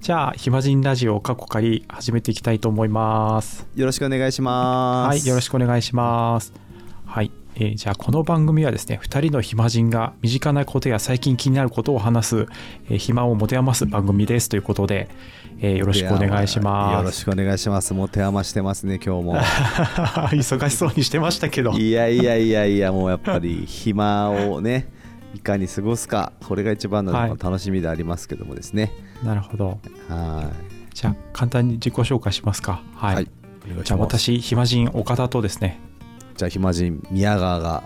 じゃあ暇人ラジオ過去仮始めていきたいと思いますよろしくお願いしますはいよろしくお願いしますはい、えーじゃあこの番組はですね2人の暇人が身近なことや最近気になることを話す、えー暇を持て余す番組ですということで、えーよろしくお願いしやよまろすしくお願いしますもう手余してますね今 日も忙しそうにしてましたけどいやいやいやいやもうやっぱり暇をねいかに過ごすかこれが一番のはい楽しみでありますけどもですねなるほどはじゃあ簡単に自己紹介しますかいはい、お願いしますじゃあ私暇人岡田とですねじゃあ暇人宮川が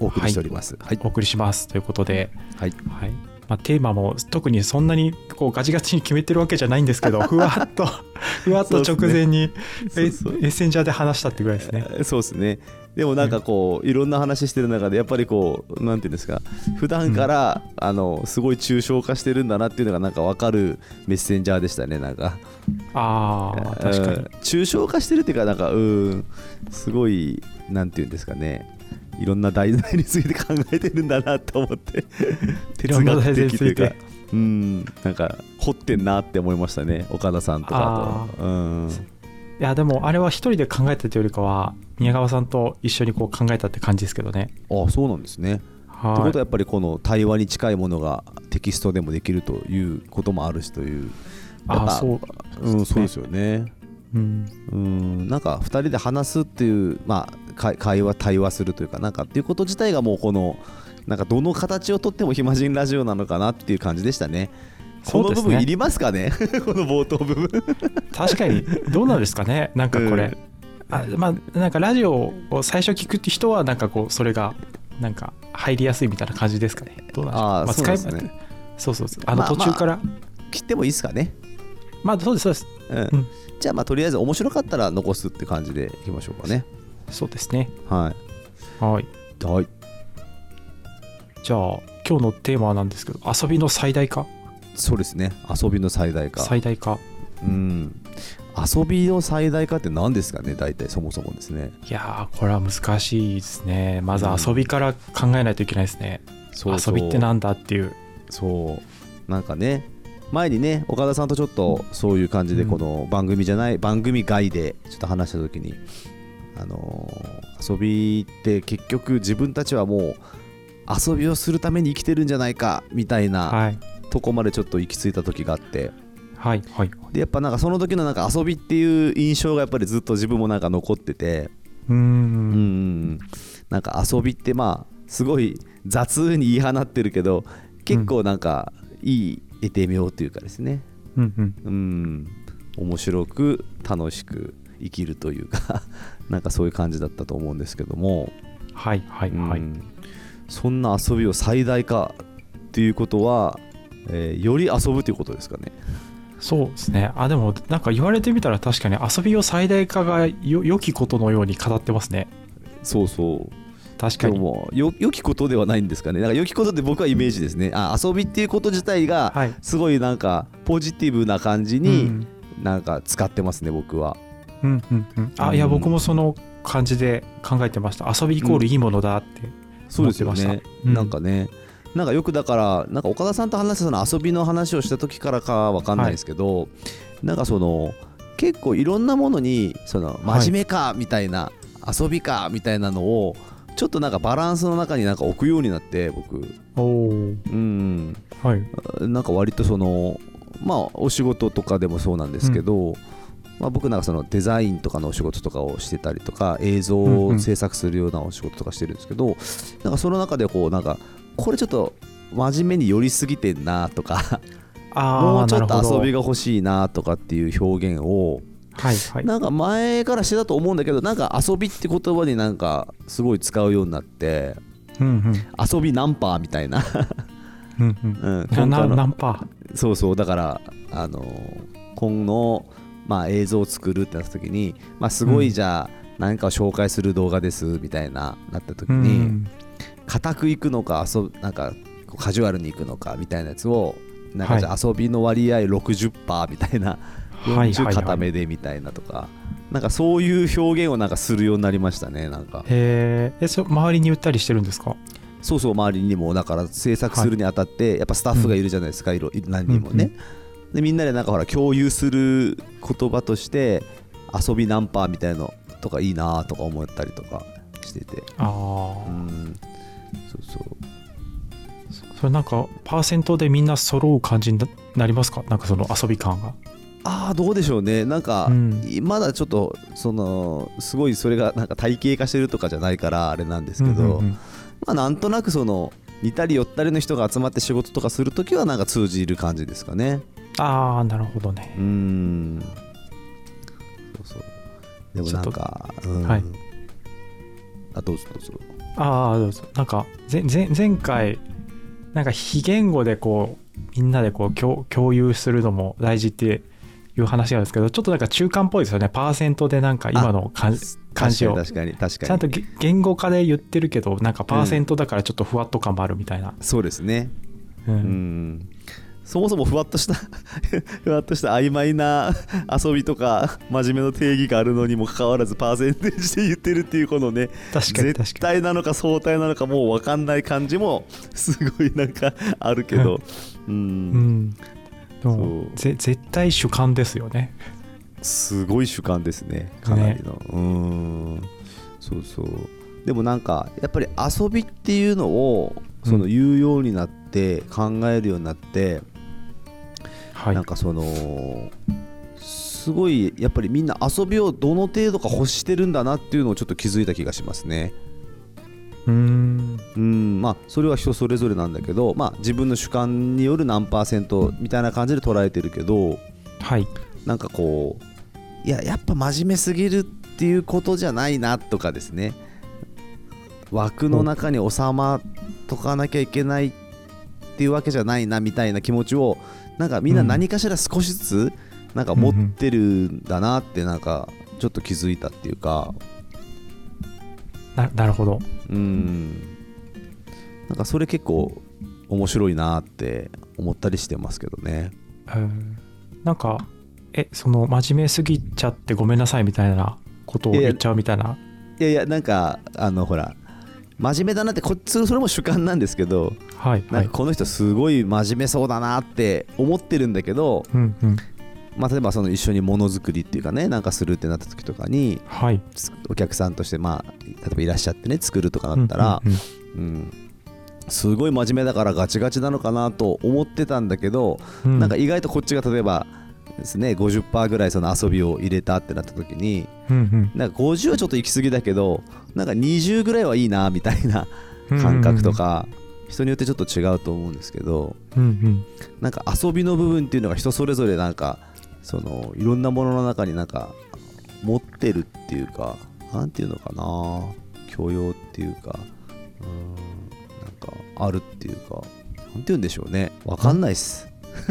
お送りしておりますはいお送りしますということで、はいはいまあ、テーマも特にそんなにこうガチガチに決めてるわけじゃないんですけ どふわっとふわっと直前にそうメっすねそうそうメッセンジャーで話したってぐらいですね。そうですねでもなんかこういろんな話してる中でやっぱりこうなんていうんですか普段から、あのすごい抽象化してるんだなっていうのがなんか分かるメッセンジャーでしたねなんかああ確かうんに抽象化してるっていうかなんかうんすごいなんていうんですかねいろんな題材について考えてるんだなと思ってろ哲んな学題材に的ついとていうかうんなんか掘ってんなって思いましたね岡田さんとかとうんいやでもあれは一人で考えたというよりかは宮川さんと一緒にこう考えたって感じですけどね。あそうなんですねといはうことはやっぱりこの対話に近いものがテキストでもできるということもあるしというあやっぱそううん、そうですよねい、うん、うんなんか2人で話すっていう、まあ、か会話対話するというかなんかっていうこと自体がもうこのなんかどの形をとっても暇人ラジオなのかなっていう感じでしたね。こそのうで部す分いねりますかね この冒頭部分確かにどうなんですか ねなんかこれ、うんあまあなんかラジオを最初聞くって人はなんかこうそれがなんか入りやすいみたいな感じですかねどうなんでしょうまあ、あーそう使でいすねそうそうそうあのまあ途中から、まあ切ってもいいですかね、そうですそうですうんんじゃあまあとりあえず面白かったら残すって感じでいきましょうかねそうですねははいいはいじゃあ今日のテーマなんですけど遊びの最大化そうですね遊びの最大化最大化うん遊びの最大化って何ですかね大体そもそもですねいやーこれは難しいですねまずうん遊びから考えないといけないですね、そうそう遊びってなんだっていうそうなんかね前にね岡田さんとちょっとそういう感じでうんこの番組じゃない、番組外でちょっと話した時にあのー遊びって結局自分たちはもう遊びをするために生きてるんじゃないかみたいなはいとこまでちょっと行き着いた時があってはいはいでやっぱなんかその時のなんか遊びっていう印象がやっぱりずっと自分もなんか残っててうーうんうんんうんなんか遊びってまあすごい雑に言い放ってるけど結構なんかいい得てみようというかですねうんうんうん面白く楽しく生きるというか なんかそういう感じだったと思うんですけども、はいはいはい、うんそんな遊びを最大化っていうことは、えーより遊ぶということですかねそうですね。あ、でも、なんか言われてみたら確かに遊びを最大化がよ良きことのように語ってますね。そうそう確かでに。もよ良きことではないんですかねなんか良きことって僕はイメージですねあ遊びっていうこと自体が、はい。すごいなんかポジティブな感じうにん、なんか使ってますね、僕は。うん、うんうん。あ、うんいや、僕もその感じで考えてました。遊びイコールいいものだって。そうですよね思ってましたうんなんかね、なんかよくだからなんか岡田さんと話したその遊びの話をした時からかわかんないですけど、なんかその結構いろんなものにそはのい真面目かみたいな、遊びかみたいなのをちょっとなんかバランスの中になんか置くようになって僕、おお。うん、はい。なんか割とそのまあお仕事とかでもそうなんですけど、まあ、僕なんかそのデザインとかのお仕事とかをしてたりとか映像うんうをん制作するようなお仕事とかしてるんですけど、なんかその中でこうなんかこれちょっと真面目に寄りすぎてんなとかもあうあ、ちなょるっほど。と遊はびいが欲しいなとかっていう表現をはい。なんか前からしてたと思うんだけどなんか遊びって言葉になんかすごい使うようになってうんうん遊びナンパーみたいな、うんうん。うん、な今な回のナンパ。そうそうだからあの今後、まあ、映像を作るってなった時に、まあ、すごうんいじゃあ何かを紹介する動画ですみたいななった時うにん。固くいくのか遊ぶなんかこうカジュアルにいくのかみたいなやつをなんかはいじゃあ遊びの割合60%みたいな、はいはい40固はい。めでみたいなとか、なんかそういう表現をなんかするようになりましたねなんかへーえ、そ周りに売ったりしてるんですかそうそう周りにもだから制作するにあたって、やっぱスタッフがいるじゃないですか、いろいろ何人もね、でみんなでなんかほら共有する言葉として遊びナンパみたいのとかいいなとか思ったりとかしててあうあ、んそうそうそれなんかパーセントでみんな揃う感じにななりますかなんかその遊び感がああどうでしょうねなんか、うんまだちょっとそのすごいそれがなんか体系化してるとかじゃないからあれなんですけど、うんうんうんまあなんとなくその似たり寄ったりの人が集まって仕事とかするときはなんか通じる感じですかねああなるほどねうーんそうそうでもなんかうん、はいあどうぞどうぞああどうぞなんか前前前回なんか非言語でこうみんなでこう共共有するのも大事っていう話なんですけどちょっとなんか中間っぽいですよねパーセントでなんか今の感感じを確かに確かに確かにちゃんとげ言語化で言ってるけどなんかパーセントだからちょっとふわっと感もあるみたいな、そうですねうんうんそもそもふわっとした ふわっとした曖昧な遊びとか真面目の定義があるのにもかかわらずパーセンテージで言ってるっていうこのね確かに確絶かに対なのか相対なのかもう分かんない感じもすごいなんかあるけどううんんでもそうぜ絶対主観ですよねすごい主観ですねかなりの、うんそうそうでもなんかやっぱり遊びっていうのをそのうん言うようになって考えるようになって、はいなんかそのすごいやっぱりみんな遊びをどの程度か欲してるんだなっていうのをちょっと気づいた気がしますね。うーんうんまあそれは人それぞれなんだけど、まあ、自分の主観による何パーセントみたいな感じで捉えてるけどはいなんかこういややっぱ真面目すぎるっていうことじゃないなとかですね枠の中に収まっとかなきゃいけないっていうわけじゃないなみたいな気持ちをなんかみんなうん何かしら少しずつなんか持ってるんだなってなんかちょっと気づいたっていうかななるほどうんなんかそれ結構面白いなって思ったりしてますけどねうんなんかえその真面目すぎちゃってごめんなさいみたいなことをいやいや言っちゃうみたいないやいやなんかあのほら真面目だなってこっちそれも主観なんですけどはいなはんいかこの人すごい真面目そうだなって思ってるんだけど、うんうんまあ、例えばその一緒にものづくりっていうかねなんかするってなった時とかにはいつお客さんとしてまあ例えばいらっしゃってね作るとかだったら、うんうんうんうんすごい真面目だからガチガチなのかなと思ってたんだけど、うんなんか意外とこっちが例えばですね50%ぐらいその遊びを入れたってなった時にうんなんか50はちょっと行き過ぎだけどなんか20ぐらいはいいなみたいなうん感覚とか、人によってちょっと違うと思うんですけどうんうんなんか遊びの部分っていうのが人それぞれなんかそのいろんなものの中になんか持ってるっていうかなんていうのかな教養っていうかうーんなんかあるっていうかなんて言うんでしょうねわかんないっす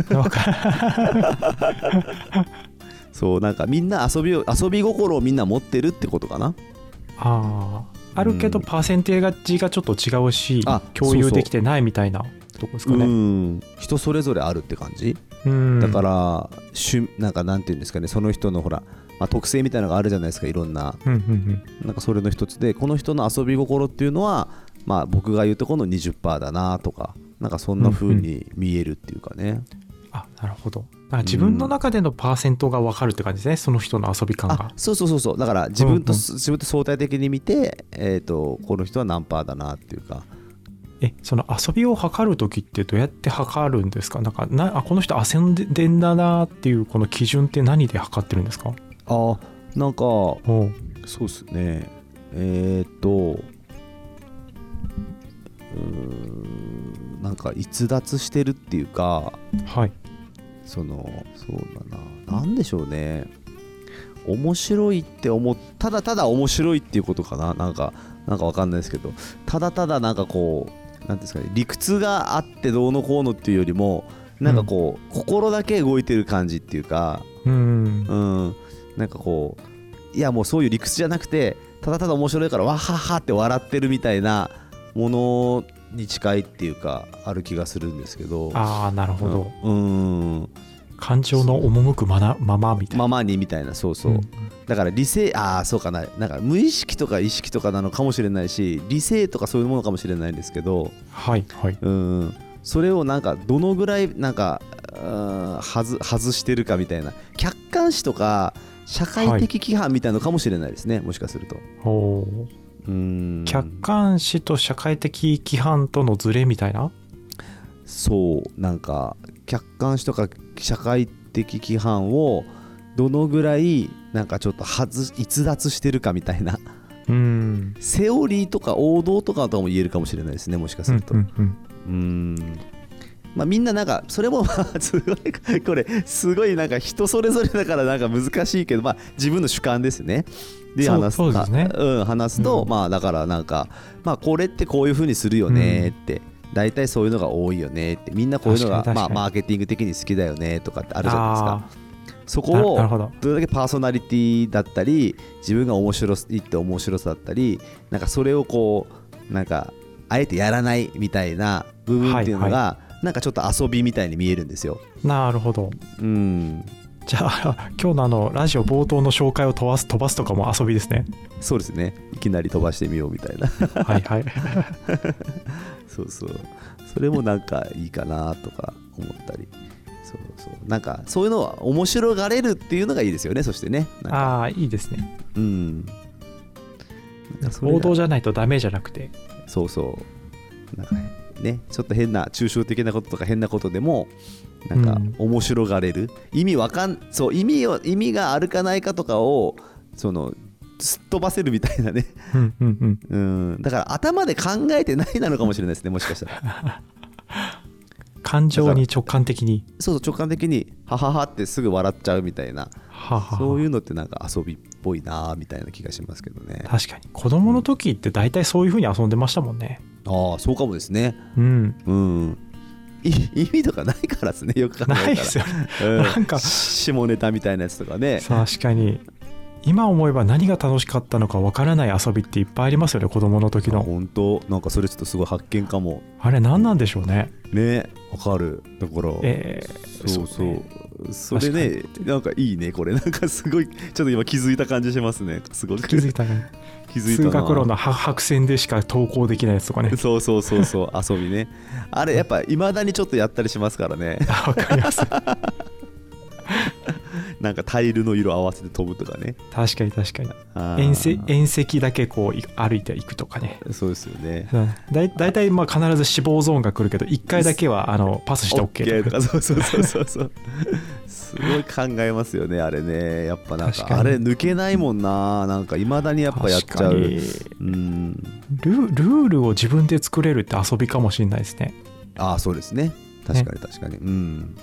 うんわかるそうなんかみんな遊びを遊び心をみんな持ってるってことかなあーあるけどうんパーセンテージがちょっと違うしあ共そう有そうできてないみたいなとこですかうねん人それぞれあるって感じうんだから、趣なんかなんていうんですかねその人のほら、まあ、特性みたいなのがあるじゃないですかいろんなうんうんなんかそれの一つでこの人の遊び心っていうのは、まあ、僕が言うとこの20%だなとかなんかそんな風に見えるっていうかね、うんあなるほどだから自分の中でのパーセントがわかるって感じですねその人の遊び感あがそうそうそうそうだから自分と、うんうん自分と相対的に見て、えー、とこの人は何パーだなっていうかえその遊びを測る時ってどうやって測るんですかなんかなあこの人遊んでんだなっていうこの基準って何で測ってるんですかあなんかおうそうですねえっ、とうーんなんか逸脱してるっていうかはいそのそうだななんでしょうね面白いって思っただただ面白いっていうことかななんかなんかわかんないですけどただただなんかこうなんていうんですかね理屈があってどうのこうのっていうよりもなんかこう、心だけ動いてる感じっていうかうんうんなんかこういやもうそういう理屈じゃなくてただただ面白いからわははって笑ってるみたいなものに近いっていうかある気がするんですけどああなるほど、うんうん感情の赴くまなままみたいなままにみたいなそうそう、うんだから理性ああそうかななんか無意識とか意識とかなのかもしれないし理性とかそういうものかもしれないんですけどはいはいうんそれをなんかどのぐらいなんかうーん外外してるかみたいな客観視とか社会的規範みたいのかもしれないですね、もしかするとおーうーん客観視と社会的規範とのズレみたいなそうなんか客観視とか社会的規範をどのぐらいなんかちょっと外し逸脱してるかみたいなうんセオリーとか王道とかとも言えるかもしれないですねもしかすうんるとうんうんうーんまあみんななんかそれもまあ すごいこれすごいなんか人それぞれだからなんか難しいけどまあ自分の主観ですね。でそう話すそうですねあうん、話すと、うんまあだからなんかまあこれってこういう風にするよねって、大体そういうのが多いよねってみんなこういうのが確かにまあ確かにマーケティング的に好きだよねとかってああるじゃないですか。そこーななるをほどどれだけパーソナリティだったり自分が面白いって面白さだったりなんかそれをこうなんかあえてやらないみたいな部分っていうのが、はいなんかちょっと遊びみたいに見えるんですよ。なるほどうんじゃあ 今日のあのラジオ冒頭の紹介を飛ばす飛ばすとかも遊びですねそうですねいきなり飛ばしてみようみたいな はいはいそうそうそれもなんかいいかなとか思ったりそうそうなんかそういうのは面白がれるっていうのがいいですよねそしてねなんかああいいですねうんなんかそれが王道じゃないとダメじゃなくてそうそうなんかねちょっと変な抽象的なこととか変なことでもなんかうん面白がれる、意味わかんそう意味を意味があるかないかとかをそのすっ飛ばせるみたいなね うんうんうんうんだから頭で考えてないなのかもしれないですねもしかした ら感情に直感的にそうそう直感的にはははってすぐ笑っちゃうみたいなはあはあそういうのってなんか遊びっぽいなみたいな気がしますけどねあ確かに子供の時って大体そういう風に遊んでましたもんねあそうかもですねうんうんい意味とかないからですねよく考えたらないですよねななんんかか下ネタみたいなやつとかね確かに今思えば何が楽しかったのかわからない遊びっていっぱいありますよね子供の時の本当なんかそれちょっとすごい発見かもあれ何なんでしょうねねわかるだからえそうそうそうねそれねなんかいいねこれなんかすごいちょっと今気づいた感じしますねすごくー気づいたね気づいた通な学路のは白線でしか投稿できないやつとか ねそうそうそ うそう遊びねあれやっぱいまだにちょっとやったりしますからねあわかりますなんかタイルの色合わせて飛ぶとかね確かに確かにあー縁石縁石だけこうい歩いていくとかねそうですよねうんだい大体まあ必ず死亡ゾーンが来るけど1回だけはあのパスして OK とかそうそうそうそうそうすごい考えますよねあれねやっぱなんか確かにあれ抜けないもんななんかいまだにやっぱやっちゃ確うかにうんルールールを自分で作れるって遊びかもしれないですねああそうですね確かに確かに、うん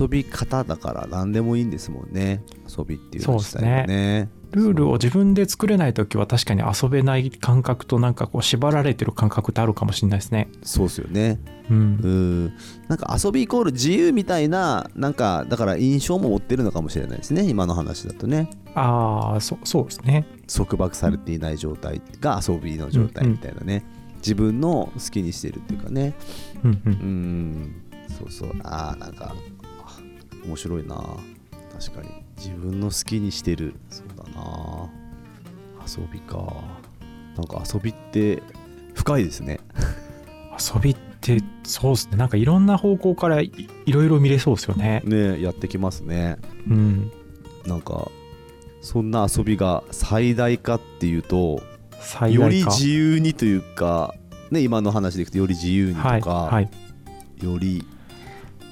遊び方だから何でもいいんですもんね遊びっていうその自体がうですねルールを自分で作れない時は確かに遊べない感覚となんかこう縛られてる感覚ってあるかもしれないですねそうですよねううんんなんか遊びイコール自由みたいななんかだから印象も持ってるのかもしれないですね今の話だとねああそそうですね束縛されていない状態が遊びの状態みたいなね、自分の好きにしてるっていうかねうんううんーんそうそうあーなんかあ面白いな確かに自分の好きにしてるそうだな遊びかなんか遊びって深いですね遊びってそうですねなんかいろんな方向からいいろいろ見れそうですよねねやってきますねうんなんかそんな遊びが最大化っていうと最よ大り化自由にというか、ね、今の話でいくとより自由にとか、はいはいより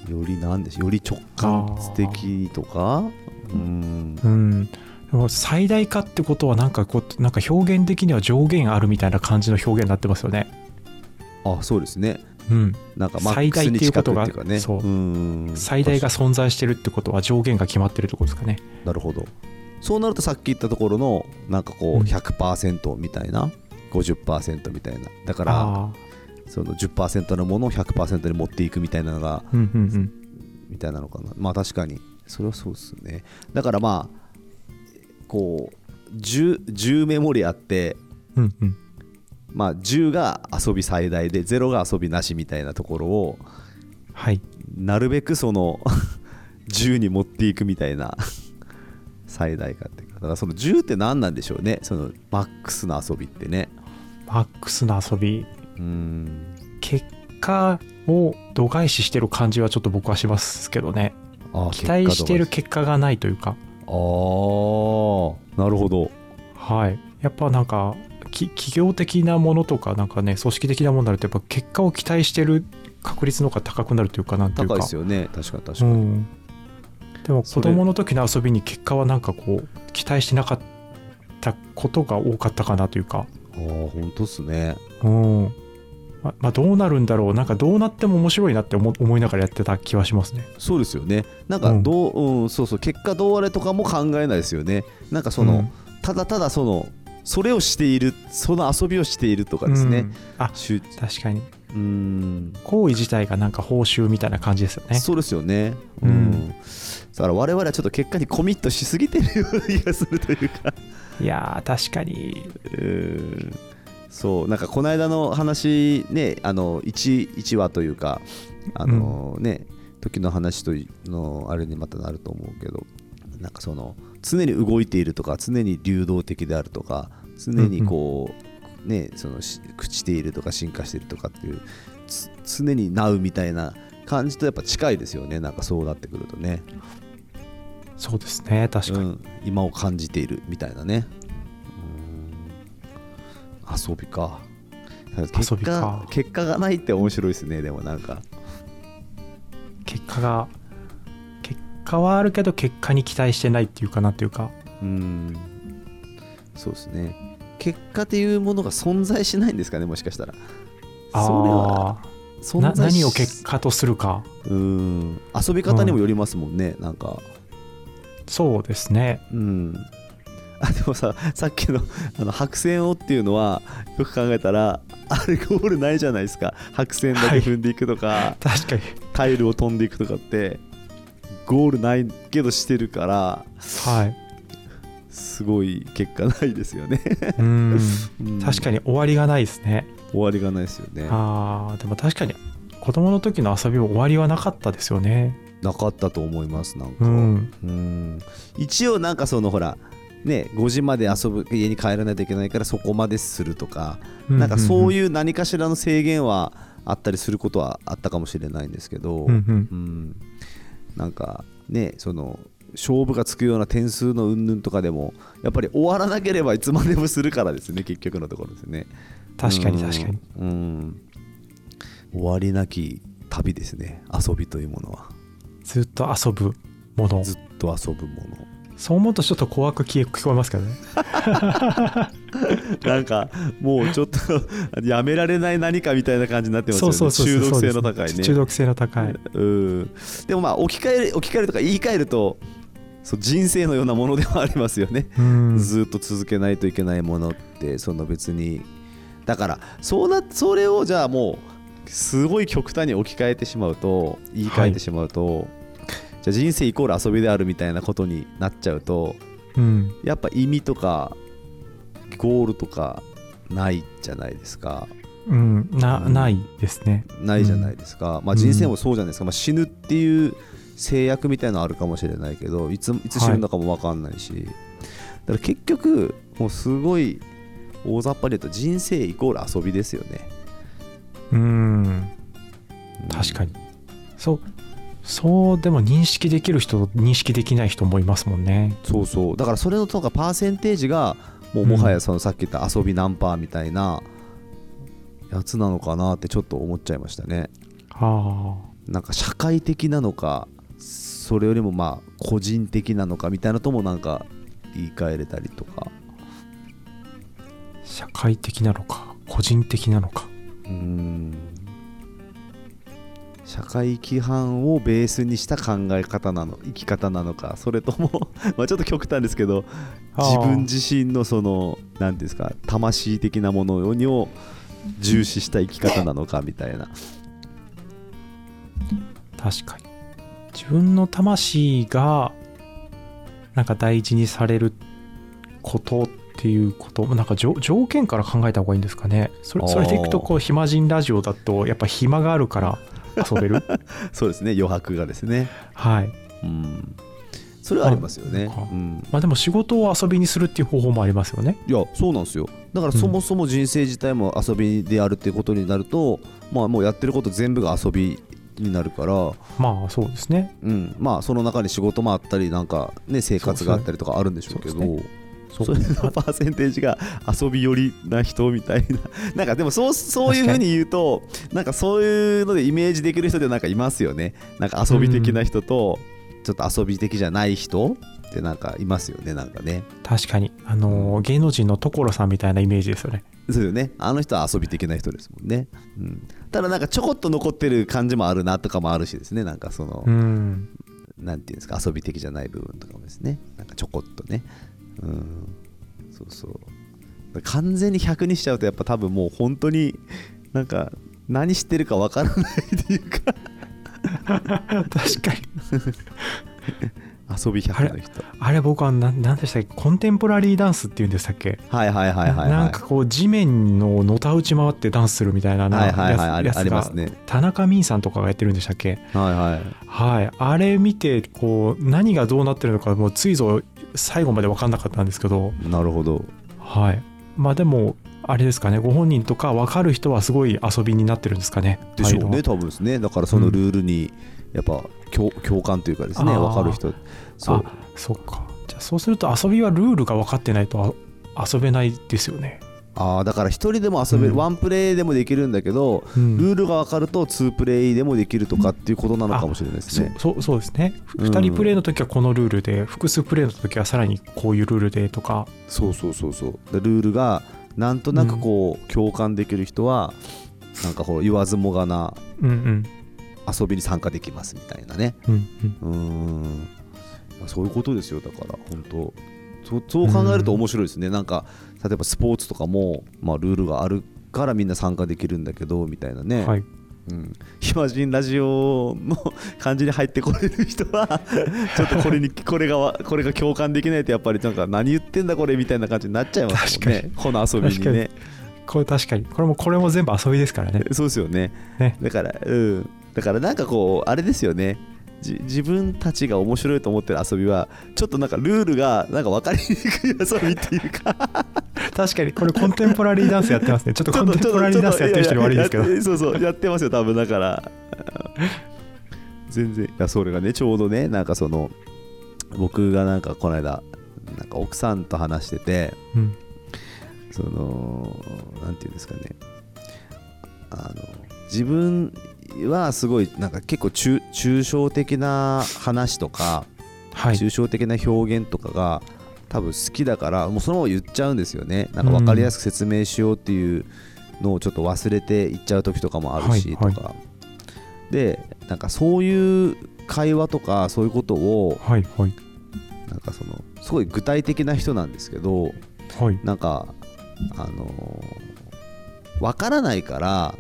よりなんでしょうより直感的にとかうんうんでも最大化ってことはなんかこうなんか表現的には上限あるみたいな感じの表現になってますよねあそうですねうんなんかマッ最クス大っにていう近こくっとてがいうかねそうん最大が存在してるってことは上限が決まってるってことですかねなるほどそうなるとさっき言ったところのなんかこううん100%みたいな、50%みたいなだからああその10%のものを100%に持っていくみたいなのがうんうんうんみたいなのかなまあ確かにそれはそうですねだからまあこう 10, 10メモリあってうんうんまあ、10が遊び最大で0が遊びなしみたいなところをはいなるべくその 10に持っていくみたいな最大化っていうかだからその10って何なんでしょうねそのマックスの遊びってねマックスの遊びうーん結果を度外視してる感じはちょっと僕はしますけどねあ期待してる結結果がないというか果とかですああなるほどはいやっぱなんかき企業的なものとかなんかね組織的なものになるとやっぱ結果を期待してる確率の方が高くなるというかなんていうか高いですよね確かに確うかに、ん、でもそ子れ供の時の遊びに結果はなんかこう期待してなかったことが多かったかなというか、ああ本当っすねうんままあ、どうなるんだろうなんかどうなっても面白いなって思思いながらやってた気はしますね。そうですよねなんかうんどう、うんそうそう結果どうあれとかも考えないですよねなんかその、ただただそのそれをしているその遊びをしているとかうんですね、うんあ集確かにうーん行為自体がなんか報酬みたいな感じですよね。そうですよね、うんうんだから我々はちょっと結果にコミットしすぎてるような気がするというか、いやー確かにうーんそうなんかこの間の話ねあの 1, 1話というかあのね、時の話といのあれにまたなると思うけどなんかその常に動いているとか常に流動的であるとか常にこう、ねそのし朽ちているとか進化しているとかっていうつ常になうみたいな感じとやっぱ近いですよねなんかそうなってくるとねそうですね確かに、うん、今を感じているみたいなねうーん遊びか結遊び果か結果がないって面白いですねでもなんか結果が結果はあるけど結果に期待してないっていうかなっていうかうーんそうですね結果っていうものが存在しないんですかねもしかしたらそれはあー存な在し何を結果とするかうーん遊び方にもよりますもんね、なんかそうですねうんあでもささっきの あの白線をっていうのはよく考えたらあれゴールないじゃないですか白線だけ踏んでいくとか、確かにタイルを飛んでいくとかってゴールないけどしてるからはいすごい結果ないですよねうんうん確かに終わりがないですね終わりがないですよねあーでも確かに子供の時の遊びも終わりはなかったですよねなかったと思いますなんか、うんうん一応なんかそのほらね5時まで遊ぶ家に帰らないといけないからそこまでするとか、なんかそうういう何かしらの制限はあったりすることはあったかもしれないんですけうど、んうんうんなんかねその勝負がつくような点数の云々とかでもやっぱり終わらなければいつまでもするからですね結局のところですね確かにうん確かにうん終わりなき旅ですね遊びというものはずっと遊ぶものずっと遊ぶものそう思うとちょっと怖く聞こえますけどねなんかもうちょっと やめられない何かみたいな感じになってますよね中毒性の高いね中毒性の高いうんでもまあ置き換える置き換えるとか言い換えるとそう人生のようなものではありますよねうんずっと続けないといけないものってその別にだからそうなそれをじゃあもうすごい極端に置き換えてしまうと言い換えてしまうと、じゃあ人生イコール遊びであるみたいなことになっちゃうとうんやっぱ意味とかゴールとかないじゃないですかうんなうんないですねないじゃないですか、まあ人生もそうじゃないですか、まあ、死ぬっていう制約みたいなのあるかもしれないけどいついつ死ぬのかも分かんないし、だから結局もうすごい大雑把に言うと人生イコール遊びですよね、うん確かにそうそうでも認識できる人と認識できない人もいますもんねそうそうだからそれのとかパーセンテージがもううんもはやそのさっき言った遊び何パーみたいなやつなのかなってちょっと思っちゃいましたねああなんか社会的なのかそれよりもまあ個人的なのかみたいなともなんか言い換えれたりとか社会的なのか個人的なのかうーん社会規範をベースにした考え方なの生き方なのかそれとも まあちょっと極端ですけど自分自身のその何ですか魂的なものにを重視した生き方なのかみたいな確かに自分の魂がなんか大事にされることっていうことなんかじょ条件から考えた方がいいんですかねそあれーそれでいくとこう暇人ラジオだとやっぱ暇があるから遊べ るそうですね余白がですねはいうんそれはありますよねあそうかうんまあでも仕事を遊びにするっていう方法もありますよねいやそうなんですよだからそもそも人生自体も遊びでやるっていうことになると、まあもうやってること全部が遊びになるから、まあそうですねうん、まあその中に仕事もあったりなんかね生活があったりとかあるんでしょうけそどうでそうそれのパーセンテージが遊び寄りな人みたいな なんかでもそうそういうふうに言うとなんかそういうのでイメージできる人ってなんかいますよねなんか遊び的な人とちょっと遊び的じゃない人ってなんかいますよねなんかね確かにあのー芸能人の所さんみたいなイメージですよねそうよねあの人は遊び的な人ですもんね、うん、ただなんかちょこっと残ってる感じもあるなとかもあるしですねなんかその、 うんなんていうんですか遊び的じゃない部分とかもですねなんかちょこっとねうんそうそう完全に100にしちゃうとやっぱ多分もう本当になんか何してるかわからないっていうか確かに遊び100の人あれ僕は何でしたっけコンテンポラリーダンスっていうんでしたっけはいはいはいはいなはんいかこう地面ののた打ち回ってダンスするみたいななはいはいはいあやりやつありがますね田中泯さんとかがやってるんでしたっけはいははいいあれ見てこう何がどうなってるのかもうついぞ最後まで分かんなかったんですけどなるほどはいまあでもあれですかねご本人とか分かる人はすごい遊びになってるんですかねでしょう態ね度多分ですねだからそのルールにやっぱ共共感というかですねあーわかる人そうはそっかじゃあそうすると遊びはルールが分かってないとあ遊べないですよね、ああだから一人でも遊べる、うんワンプレイでもできるんだけど、うんルールが分かると2プレイでもできるとかっていうことなのかもしれないですそね。そうそうですねうん2人プレイの時はこのルールで、複数プレイの時はさらにこういうルールでとかそうそうそうそうでルールがなんとなくこう共感できる人はなんかこう言わずもがなうんうん遊びに参加できますみたいなねうんうんうーんそういうことですよだから本当そうそう考えると面白いですね、なんか例えばスポーツとかも、まあ、ルールがあるからみんな参加できるんだけどみたいなね、はいうん、暇人ラジオの感じに入ってこれる人は ちょっとこれにこれがわこれが共感できないとやっぱりなんか何言ってんだこれみたいな感じになっちゃいますもんねこの遊びにねこれ確かにこれもこれも全部遊びですから ねそうですよねねだからうんだからなんかこうあれですよねじ自分たちが面白いと思ってる遊びはちょっとなんかルールがなんか分かりにくい遊びっていう か確かにこれコンテンポラリーダンスやってますねちょっとちコょっンとテンちょっポラとリちーダょっンとスやってる人に悪いですけどやそうそうやって ますよ多分だからあー全然いやそれがねちょうどねなんかその僕がなんかこの間なんか奥さんと話しててうんそのなんていうんですかねあの自分はすごいなんか結構中抽象的な話とか、はい抽象的な表現とかが多分好きだからもうそのまま言っちゃうんですよねなんか分かりやすく説明しようっていうのをちょっと忘れていっちゃう時とかもあるしとはか、いでなんかそういう会話とかそういうことをはいはいなんかそのすごい具体的な人なんですけどはいなんかあの分からないから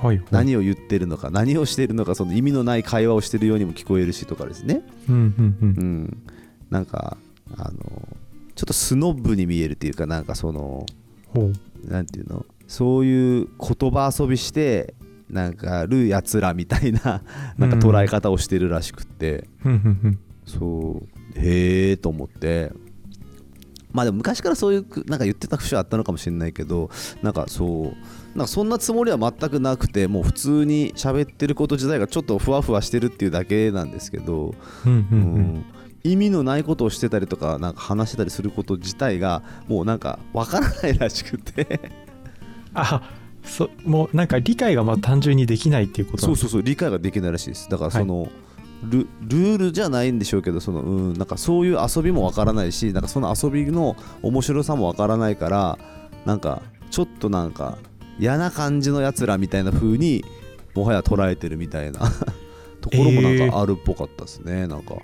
はい何を言ってるのか何をしてるのかその意味のない会話をしてるようにも聞こえるしとかですねうんうんううんん、なんかあのちょっとスノブに見えるっていうかなんかそのほうなんていうのそういう言葉遊びしてなんかるやつらみたいななんか捉え方をしてるらしくって、うんうんそうへえと思ってまあでも昔からそういうくなんか言ってた節はあったのかもしれないけどなんかそうなんかそんなつもりは全くなくてもう普通に喋ってること自体がちょっとふわふわしてるっていうだけなんですけど、うんうんうんうん意味のないことをしてたりとかなんか話してたりすること自体がもうなんかわからないらしくてあそもうなんか理解がまあ単純にできないっていうことそなんうですそうそう理解ができないらしいですだからはいその、ルルールじゃないんでしょうけどそのうんなんかそういう遊びもわからないしなんかその遊びの面白さもわからないからなんかちょっとなんか嫌な感じのやつらみたいな風にもはや捉えてるみたいな ところもなんかあるっぽかったですね、なんか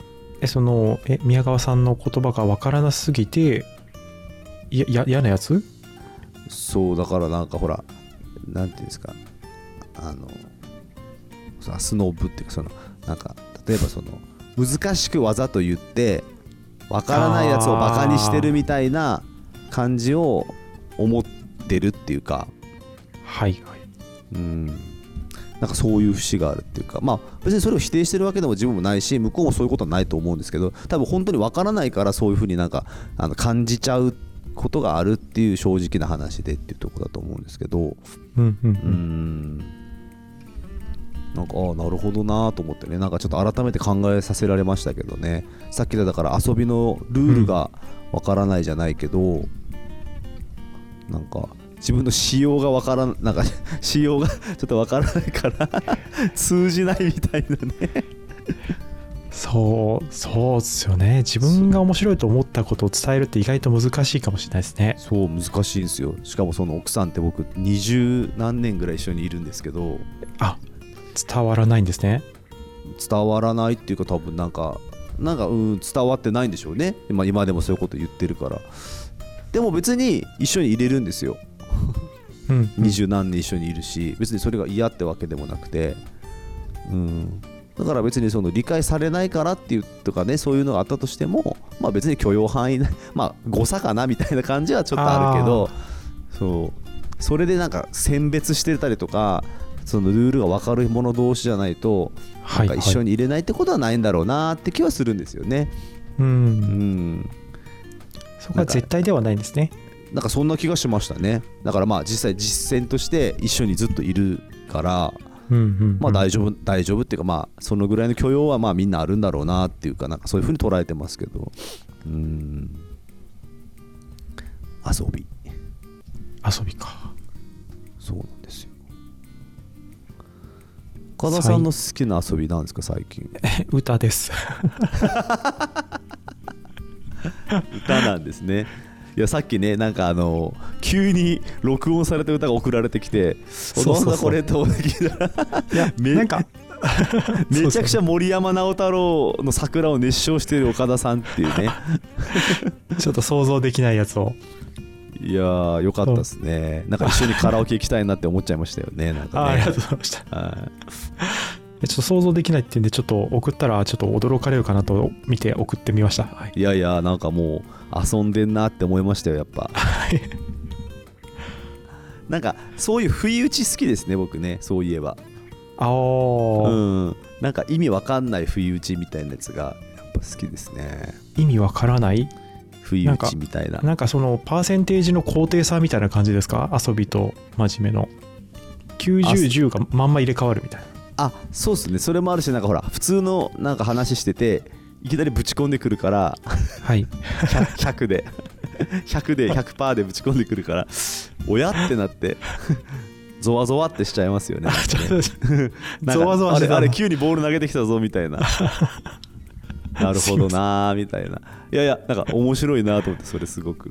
えそのえ宮川さんの言葉がわからなすぎていやや嫌なやつそうだからなんかほらなんていうんですかあのさスノーブっていうかそのなんか例えばその難しくわざと言ってわからないやつをバカにしてるみたいな感じを思ってるっていうかはいはいうんなんかそういう節があるっていうかまあ別にそれを否定してるわけでも自分もないし向こうもそういうことはないと思うんですけど多分本当にわからないからそういうふうになんかあの感じちゃうことがあるっていう正直な話でっていうとこだと思うんですけどうんうんううんんなんかああなるほどなと思ってねなんかちょっと改めて考えさせられましたけどねさっきのだから遊びのルールがわからないじゃないけど、なんか自分の仕様がわからんなんか 仕様がちょっとわからないから 通じないみたいなねそうそうっすよね自分が面白いと思ったことを伝えるって意外と難しいかもしれないですねそう難しいんですよしかもその奥さんって僕二十何年ぐらい一緒にいるんですけどあ伝わらないんですね伝わらないっていうか多分なんかなんかうん伝わってないんでしょうね今今でもそういうこと言ってるからでも別に一緒に入れるんですようん二十何年一緒にいるし別にそれが嫌ってわけでもなくてうんだから別にその理解されないからっていうとかねそういうのがあったとしてもまあ別に許容範囲内まあ誤差かなみたいな感じはちょっとあるけどそうそれでなんか選別してたりとかそのルールが分かる者同士じゃないとはないんか一緒にに入れないってことはないんだろうなって気はするんですよね。ううんん、そこは絶対ではないんですねなんかそんな気がしましたね。だからまあ実際実践として一緒にずっといるから、うんうんまあ大丈夫、大丈夫っていうかまあそのぐらいの許容はまあみんなあるんだろうなっていうかなんかそういうふうに捉えてますけど、うん、遊び遊びかそうなんですよ。岡田さんの好きな遊びなんですか最近？え歌です歌なんですね。いやさっきねなんかあの急に録音された歌が送られてきて「そうなそんうそうだこれ?」と思って聞いたらいやめなんかめちゃくちゃゃ森山直太朗の桜を熱唱している岡田さんっ ていうねちょっと想像できないやつをいやーよかったですねなんか一緒にカラオケ行きたいなって思っちゃいましたよねなん あーあかりねがとうございましたはいちょっと想像できないっていうんでちょっと送ったらちょっと驚かれるかなと見て送ってみました、はい、いやいやなんかもう遊んでんなって思いましたよやっぱなんかそういう不意打ち好きですね僕ねそういえばああ、うん、なんか意味わかんない不意打ちみたいなやつがやっぱ好きですね意味わからない不意打ちみたいななんかそのパーセンテージの高低差みたいな感じですか遊びと真面目の9010がまんま入れ替わるみたいなあそうっすねそれもあるしなんかほら普通のなんか話してていきなりぶち込んでくるからはい100 100で 100で100%でぶち込んでくるからおやってなって ゾワゾワってしちゃいますよねあちょっとなんゾかワゾワしてあたれあれ急にボール投げてきたぞみ たいななるほどなーみたいないやいやなんか面白いなと思ってそれすごくい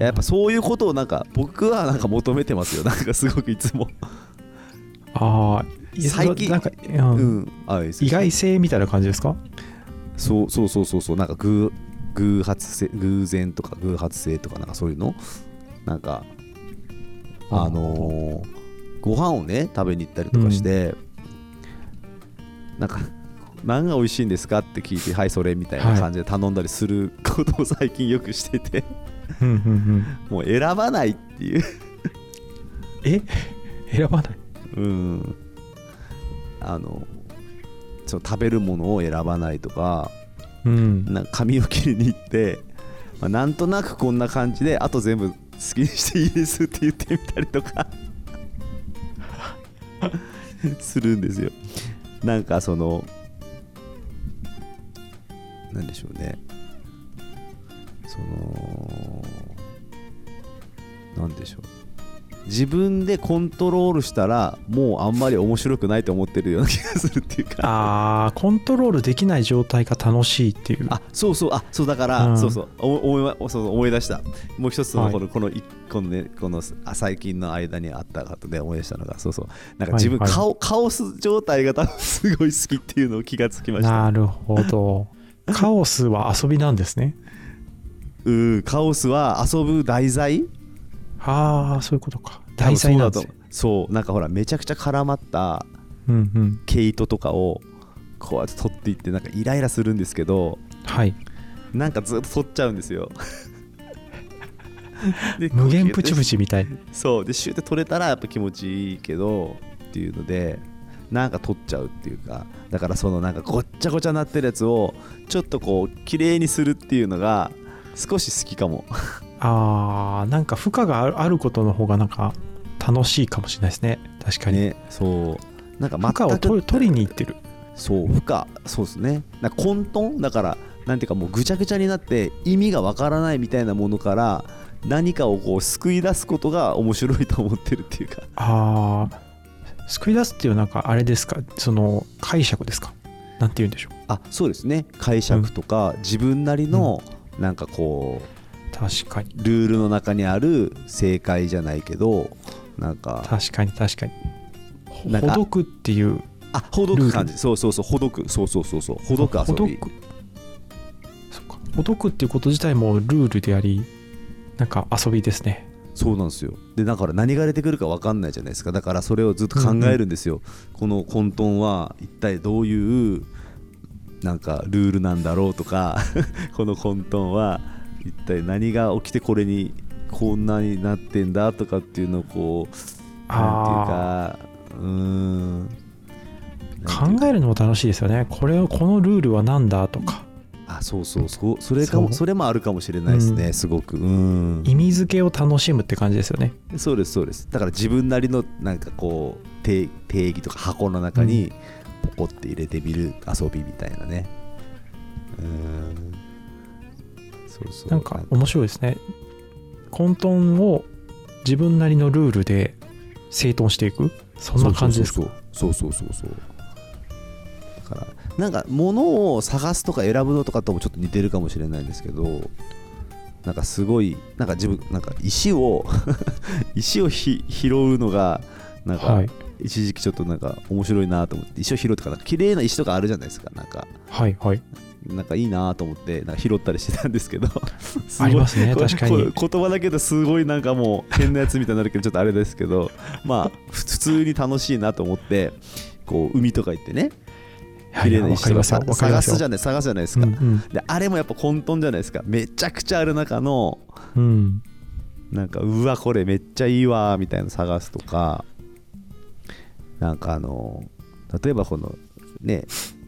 ややっぱそういうことをなんか僕はなんか求めてますよなんかすごくいつもあーいや最近なんか、うんうんあいいですよ意外性みたいな感じですかそうそうそうそうそうなんか偶偶発性偶然とか偶発性とかなんかそういうのなんかあのーご飯をね食べに行ったりとかして、なんか何が美味しいんですかって聞いてはいそれみたいな感じで頼んだりすることを最近よくしてて うんうんうんもう選ばないっていう え 選ばないうんあのそう食べるものを選ばないとかうんなんか髪を切りに行って、まあ、なんとなくこんな感じであと全部好きにしていいですって言ってみたりとか するんですよなんかそのなんでしょうねそのなんでしょう自分でコントロールしたらもうあんまり面白くないと思ってるような気がするっていうかあーコントロールできない状態が楽しいっていうあそうそうあそうだから、うんそうそうお思いまそうそう思い出したもう一つのはいこの、この一個のねこのあ最近の間にあったことで思い出したのがそうそうなんかはい自分、はい顔カオス状態が多分 すごい好きっていうのを気がつきましたなるほ どカオスは遊びなんですねうんカオスは遊ぶ題材ああそういうことか多分題材なんでそうすねだと思うそうなんかほらめちゃくちゃ絡まったうんうん毛糸とかをこうやって取っていってなんかイライラするんですけどはいなんかずっと取っちゃうんです よで無限プチプチみたいそうでシューって取れたらやっぱ気持ちいいけどっていうのでなんか取っちゃうっていうかだからそのなんかごっちゃごちゃになってるやつをちょっとこう綺麗にするっていうのが少し好きかもあーなんか負荷があるあることの方がなんか楽しいかもしれないですね確かに、ねそうなんか負荷を全く取る取りにいってるそう負荷そうですねなんか混沌だからなんていうかもうぐちゃぐちゃになって意味がわからないみたいなものから何かをこう救い出すことが面白いと思ってるっていうかああ救い出すっていうなんかあれですかその解釈ですかなんて言うんでしょうあそうですね解釈とか自分なりのなんかこ確かにうルールの中にある正解じゃないけどなんか確かに確かにほなんかほどくっていうあほどく感ルーじそうそうそうほどくそうそうそうそうほどくほ遊どびくそっかほどくっていうこと自体もルールでありなんか遊びですねそうなんですよでだから何が出てくるか分かんないじゃないですかだからそれをずっと考えるんですよ、この混沌は一体どういうなんかルールなんだろうとか この混沌は一体何が起きてこれにこんなになってんだとかっていうのをこうあなんていうかうーんなんていうーか考えるのも楽しいですよねこれをこのルールは何だとかあそうそうそうそれかもそうそれもあるかもしれないですね、うんすごくうん意味付けを楽しむって感じですよねそうですそうですだから自分なりのなんかこう定定義とか箱の中にポコって入れてみる遊びみたいなねうーんそうそうなんか面白いですね混沌を自分なりのルールで整頓していくそんな感じですかそうそうそうそうそうそうだからなんか物を探すとか選ぶのとかともちょっと似てるかもしれないんですけどなんかすごいなんか自分なんか石を 石をひ拾うのがなんかはい一時期ちょっとなんか面白いなと思って石を拾うとかなんか綺麗な石とかあるじゃないですかなんかはいはいなんかいいなと思ってなんか拾ったりしてたんですけど すありますねこれ確かにこれ言葉だけですごいなんかもう変なやつみたいになるけどちょっとあれです けどまあふ普通に楽しいなと思ってこう海とか行ってねは綺い麗なわ石かりとまかすよさわかりま探すよすじゃない探すじゃないですか、うんであれもやっぱ混沌じゃないですかめちゃくちゃある中のうんうんなんかうわこれめっちゃいいわみたいなの探すとかなんかあの例えばこのね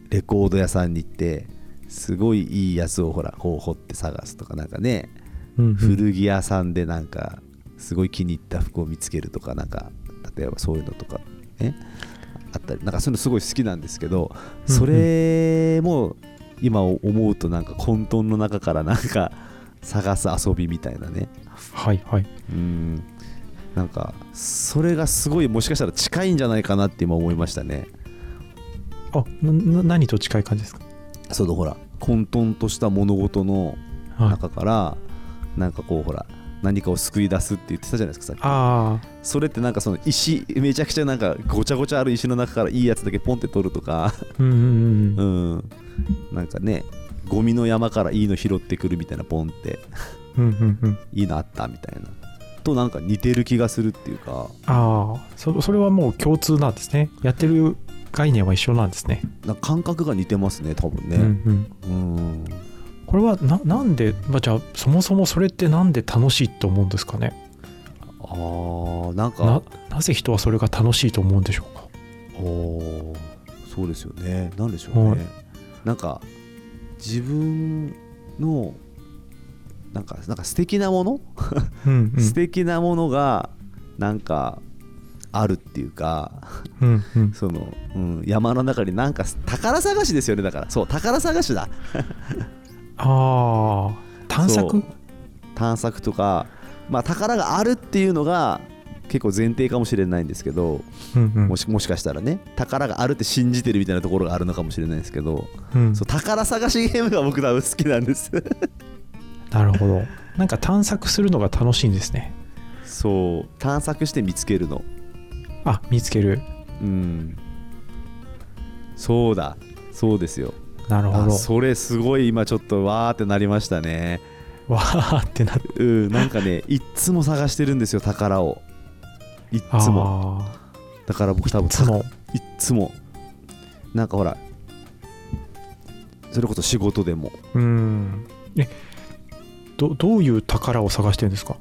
レコード屋さんに行ってすごいいいやつをほらこう掘って探すとかなんかねうんうん古着屋さんでなんかすごい気に入った服を見つけるとかなんか例えばそういうのとかねあったりなんかそういうのすごい好きなんですけどうんそれも今思うとなんか混沌の中からなんか探す遊びみたいなねはいはいうんなんかそれがすごいもしかしたら近いんじゃないかなって今思いましたねあなな何と近い感じですかそのほら混沌とした物事のはい中から、なんかこうほら何かを救い出すって言ってたじゃないですかさっきあそれってなんかその石めちゃくちゃなんかごちゃごちゃある石の中からいいやつだけポンって取ると かあうんうんうんうんなんかねゴミの山からいいの拾ってくるみたいなポンってうんうんうんいいのあったみたいなとなんか似てる気がするっていうかああそそれはもう共通なんですねやってる概念は一緒なんですねなんか感覚が似てますね多分うんねうんうんこれはななんで、まあ、じゃあそもそもそれってなんで楽しいと思うんですかねあーななんかなぜ人はそれが楽しいと思うんでしょうかおそうですよねなんでしょうね、はいなんか自分のなんかなんか素敵なもの、うんう素ん敵なものがなんかあるっていうか うんうんその、うん、山の中になんか宝探しですよねだからそう宝探しだああ探そ索う探索とか、まあ、宝があるっていうのが結構前提かもしれないんですけどうんうんもしもしかしたらね宝があるって信じてるみたいなところがあるのかもしれないですけど、うんそう宝探しゲームが僕多分好きなんですなるほどなんか探索するのが楽しいんですねそう探索して見つけるのあ見つけるうんそうだそうですよなるほあどそれすごい今ちょっとわーってなりましたねわーってなってうんなんか ねいっつも探してるんですよ宝をいっあつもあだから僕多分いつもいっつもなんかほらそれこそ仕事でもうんえどどういう宝を探してるんですか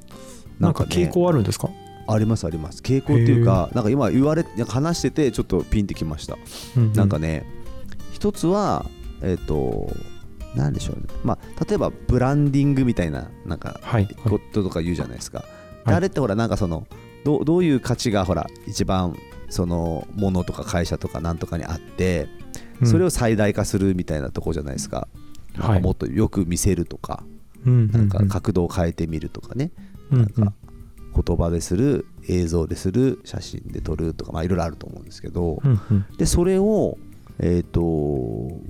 なんかね傾向あるんですかありますあります傾向っていうかなんか今言われなんか話しててちょっとピンってきました、うんうんなんかね一つはえっ、となんでしょうね、まあ、例えばブランディングみたいななんかはいはいこととか言うじゃないですか、いあれってほらなんかそのどうどういう価値がほら一番そのものとか会社とかなんとかにあってうんそれを最大化するみたいなとこじゃないですか,、なんはかいもっとよく見せるとかうんなんか角度を変えてみるとかねうんなんか言葉でする映像でする写真で撮るとかまあいろいろあると思うんですけどうんうんでそれをえっ、と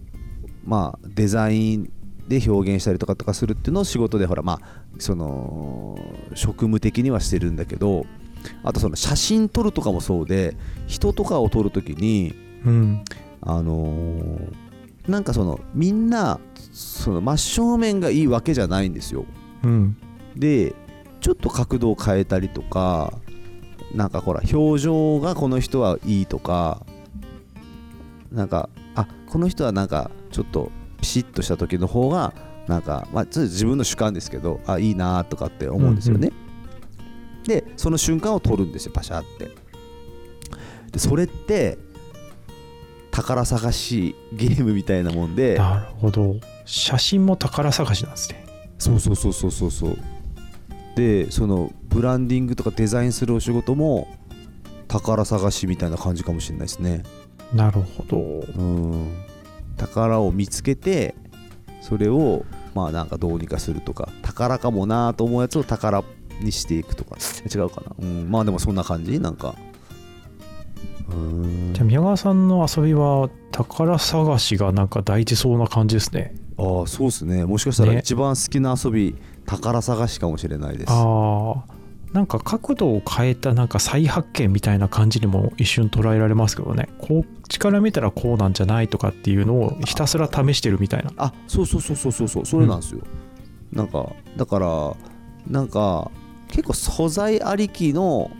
まあデザインで表現したりとかとかするっていうのを仕事でほらまあその職務的にはしてるんだけどあとその写真撮るとかもそうで人とかを撮るときにうんあのーなんかそのみんなその真正面がいいわけじゃないんですようんでちょっと角度を変えたりとかなんかほら表情がこの人はいいとかなんかあこの人はなんかちょっとピシッとした時の方がなんか、まあ、ちょっと自分の主観ですけどあいいなとかって思うんですよね、でその瞬間を撮るんですよパシャってでそれって宝探しゲームみたいなもんでなるほど写真も宝探しなんですねそうそうそうそうそうそうでそのブランディングとかデザインするお仕事も宝探しみたいな感じかもしれないですねなるほどうん宝を見つけてそれをまあなんかどうにかするとか宝かもなと思うやつを宝にしていくとか違うかな、うん、まあでもそんな感じなんかうんじゃあ宮川さんの遊びは宝探しがなんか大事そうな感じですねああそうですねもしかしたらね一番好きな遊び、宝探しかもしれないですああなんか角度を変えたなんか再発見みたいな感じにも一瞬捉えられますけどねこっちから見たらこうなんじゃないとかっていうのをひたすら試してるみたいなあそうそうそうそうそうそうそれなんですよ、なんかだからなんか結構素材ありきの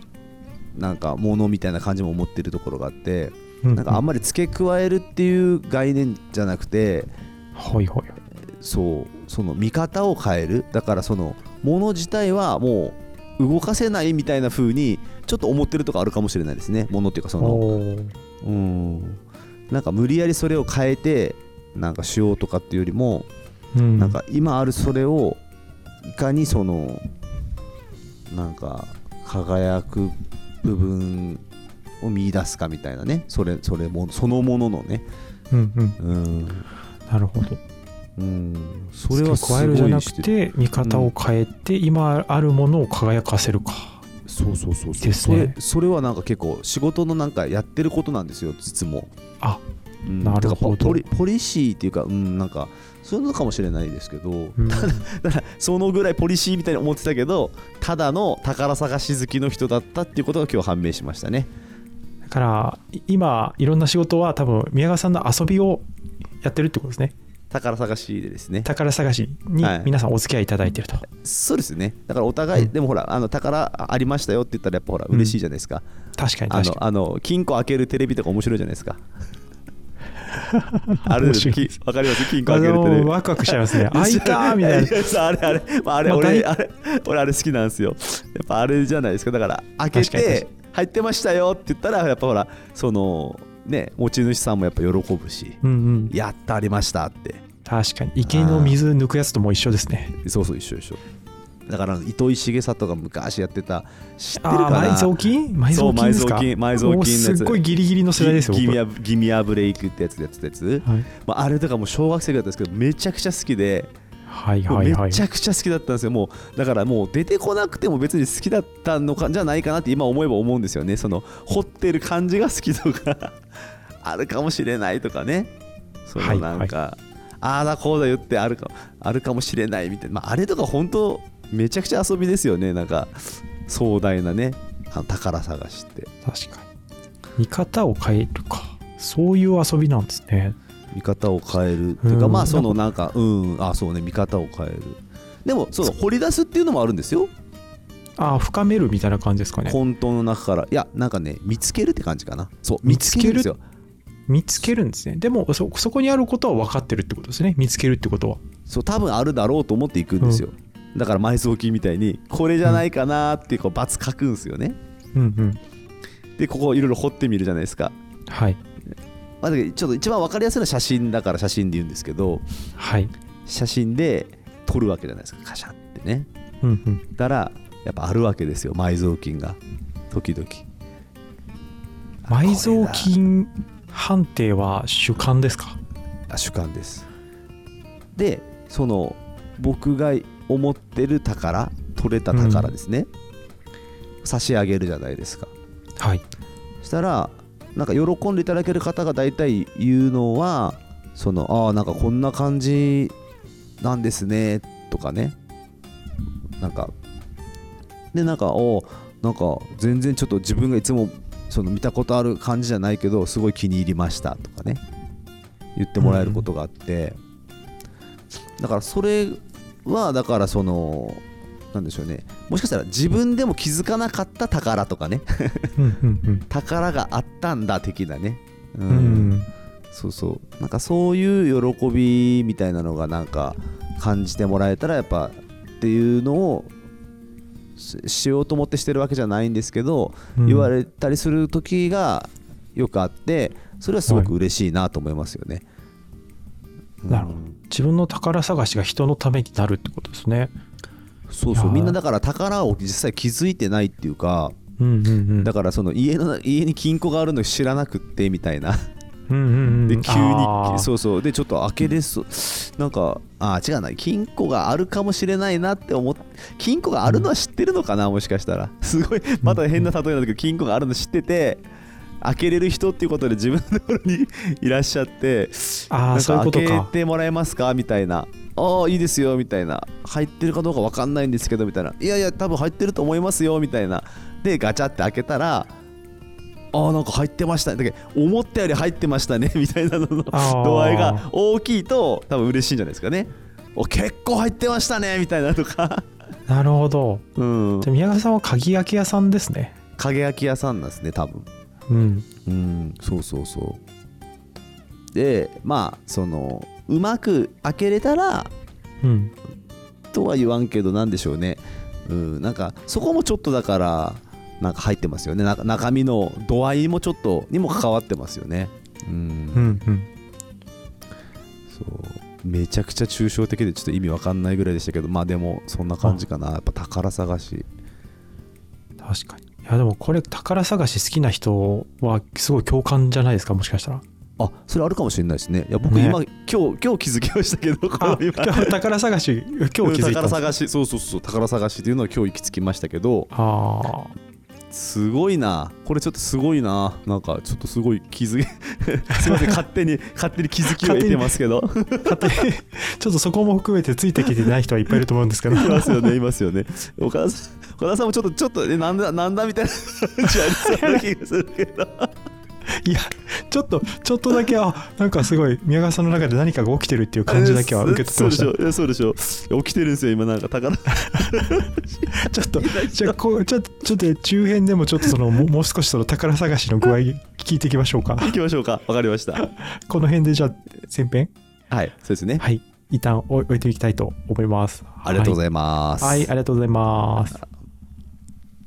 なんかものみたいな感じも持ってるところがあって、なんかあんまり付け加えるっていう概念じゃなくてはいはいそうその見方を変えるだからそのもの自体はもう動かせないみたいな風にちょっと思ってるとこあるかもしれないですねものっていうかそのおーうんなんか無理やりそれを変えてなんかしようとかっていうよりもうんなんか今あるそれをいかにそのなんか輝く部分を見出すかみたいなねそれそれもそのもののねうんうんうん、なるほどうん、それはす付け加えるじごゃいなしくて見方を変えて今あるものを輝かせるかそうそうそうそう、ですそねれそれはなんか結構仕事のなんかやってることなんですよ実も あ、うんなるほどだからポリポリシーっていうかうんなんかそういうのかもしれないですけど、うんだからそのぐらいポリシーみたいに思ってたけどただの宝探し好きの人だったっていうことが今日判明しましたねだからい今いろんな仕事は多分宮川さんの遊びをやってるってことですね宝探しでですね宝探しにはい皆さんお付き合いいただいてると、そうですねだからお互い、うんでもほらあの宝ありましたよって言ったらやっぱほらうん嬉しいじゃないですか、確かにあ確かにのあの金庫開けるテレビとか面白いじゃないで すかあれ面で白いきわかります金庫あ開けるテレのビワクワク しちゃいます ね。開いたーみたいな。やそうあれあれ、まあ、あれまあ俺、大あれ俺あれ好きなんですよやっぱあれじゃないですかだから開け確かに確て入ってましたよって言ったらやっぱほらそのね持ち主さんもやっぱ喜ぶし、うんうん。やったありましたって確かに。池の水抜くやつとも一緒ですね。そうそう一緒一緒だから糸井重里が昔やってた知ってるあかあなー、埋蔵金埋そう蔵金ですか埋蔵金埋蔵金のもやつうすっごいギリギリの世代ですよ。ギギ僕ミアギミアブレイクってやつでやってたやつ、はいまあ、あれとかもう小学生だったんですけどめちゃくちゃ好きではいもうはいはめいち。ゃくちゃ好きだったんですよ、もうだからもう出てこなくても別に好きだったのかじゃないかなって今思えば思うんですよね、その掘ってる感じが好きとか あるかもしれないとかね、そはのいなんか、ああだこうだ言ってあるかあるかもしれないみたいな、まあ、あれとか本当、めちゃくちゃ遊びですよね、なんか壮大なね、あの宝探しって、確かに。見方を変えるか。そういう遊びなんですね。見方を変えるっていうか、うんまあそのなんか、うん、あそうね、見方を変える。でもそう掘り出すっていうのもあるんですよああ、深めるみたいな感じですかね。混沌の中からいやなんかね見つけるって感じかなそう見見つつけけるるんですよ見つけるんですね。でもそ、そこにあることは分かってるってことですね。見つけるってことは。そう多分あるだろうと思っていくんですよ、だから埋蔵金みたいにこれじゃないかなーってこう×書くんですよねうんうん。でここいろいろ掘ってみるじゃないですか、はい。まあ、だけどちょっと一番分かりやすいのは写真だから写真で言うんですけどはい。写真で撮るわけじゃないですかカシャってねうんうんだからやっぱあるわけですよ埋蔵金が時々埋蔵あこれだ金判定は主観ですかあ主観ですでその僕が思ってる宝取れた宝ですね、差し上げるじゃないですかはいそしたらなんか喜んでいただける方が大体言うのはそのああーなんかこんな感じなんですねとかねなんかでなんかおーなんか全然ちょっと自分がいつもその見たことある感じじゃないけどすごい気に入りましたとかね言ってもらえることがあって、だからそれはだからそのなんでしょうねもしかしたら自分でも気づかなかった宝とかねうんうんうん宝があったんだ的なねううんうんそうそうなんかそういう喜びみたいなのがなんか感じてもらえたらやっぱっていうのをししようと思ってしてるわけじゃないんですけど、うん言われたりする時がよくあってそれはすごく嬉しいなと思いますよね。うんなるほど自分の宝探しが人のためになるってことですねそうそいうやーみんなだから宝を実際気づいてないっていうかうんうんうんだからその家の家に金庫があるの知らなくってみたいなうんうんうんで急あーにそうそうでちょっと開けです、なんかあー違うな金庫があるかもしれないなって思っ金庫があるのは知ってるのかな、もしかしたら すごいまた変な例えなんだけど金庫があるの知ってて開けれる人っていうことで自分のところに いらっしゃってあなあんそういうかこと開けかてもらえますかみたいなああいいですよみたいな入ってるかどうか分かんないんですけどみたいないやいや多分入ってると思いますよみたいなでガチャって開けたらああなんか入ってましたねだけど思ったより入ってましたね みたいなののあー度合いが大きいと多分嬉しいんじゃないですかねお結構入ってましたねみたいなとかなるほど うんじゃあ宮川さんは鍵開け屋さんですね影焼き屋さんなんですね多分うんうんそうそうそうでまあそのうまく開けれたらうんとは言わんけどなんでしょうねうんなんかそこもちょっとだからなんか入ってますよねなんか中身の度合いもちょっとにも関わってますよねうん、うんうんそうめちゃくちゃ抽象的でちょっと意味わかんないぐらいでしたけどまあでもそんな感じかなやっぱ宝探し確かにいやでもこれ宝探し好きな人はすごい共感じゃないですかもしかしたらあそれあるかもしれないですねいや僕ね今、今日今日気づきましたけどこあの今宝探し今日気づいたん宝です探しそうそうそう宝探しっていうのは今日行き着きましたけどああすごいなこれちょっとすごいななんかちょっとすごい気づき すいません勝手に勝手に気づきを得てますけど勝手に ちょっとそこも含めてついてきてない人はいっぱいいると思うんですけどいますよねいますよね岡田さん岡田さんもちょっとちょっとえなんだなんだみたいな感じありそうな気がするけどいやちょっとちょっとだけあなんかすごい宮川さんの中で何かが起きてるっていう感じだけは受け取ってましたそうでしょいやそうでしょ起きてるんですよ今なんか宝ちょっと、じゃあこう、ちょっと、ちょっと中編でもちょっとその、ももう少しその宝探しの具合聞いていきましょうか。行きましょうかわかりましたこの辺でじゃあ、前編はいそうですねはい。一旦置い置いていきたいと思います。ありがとうございざいますはい、ありがとうございます。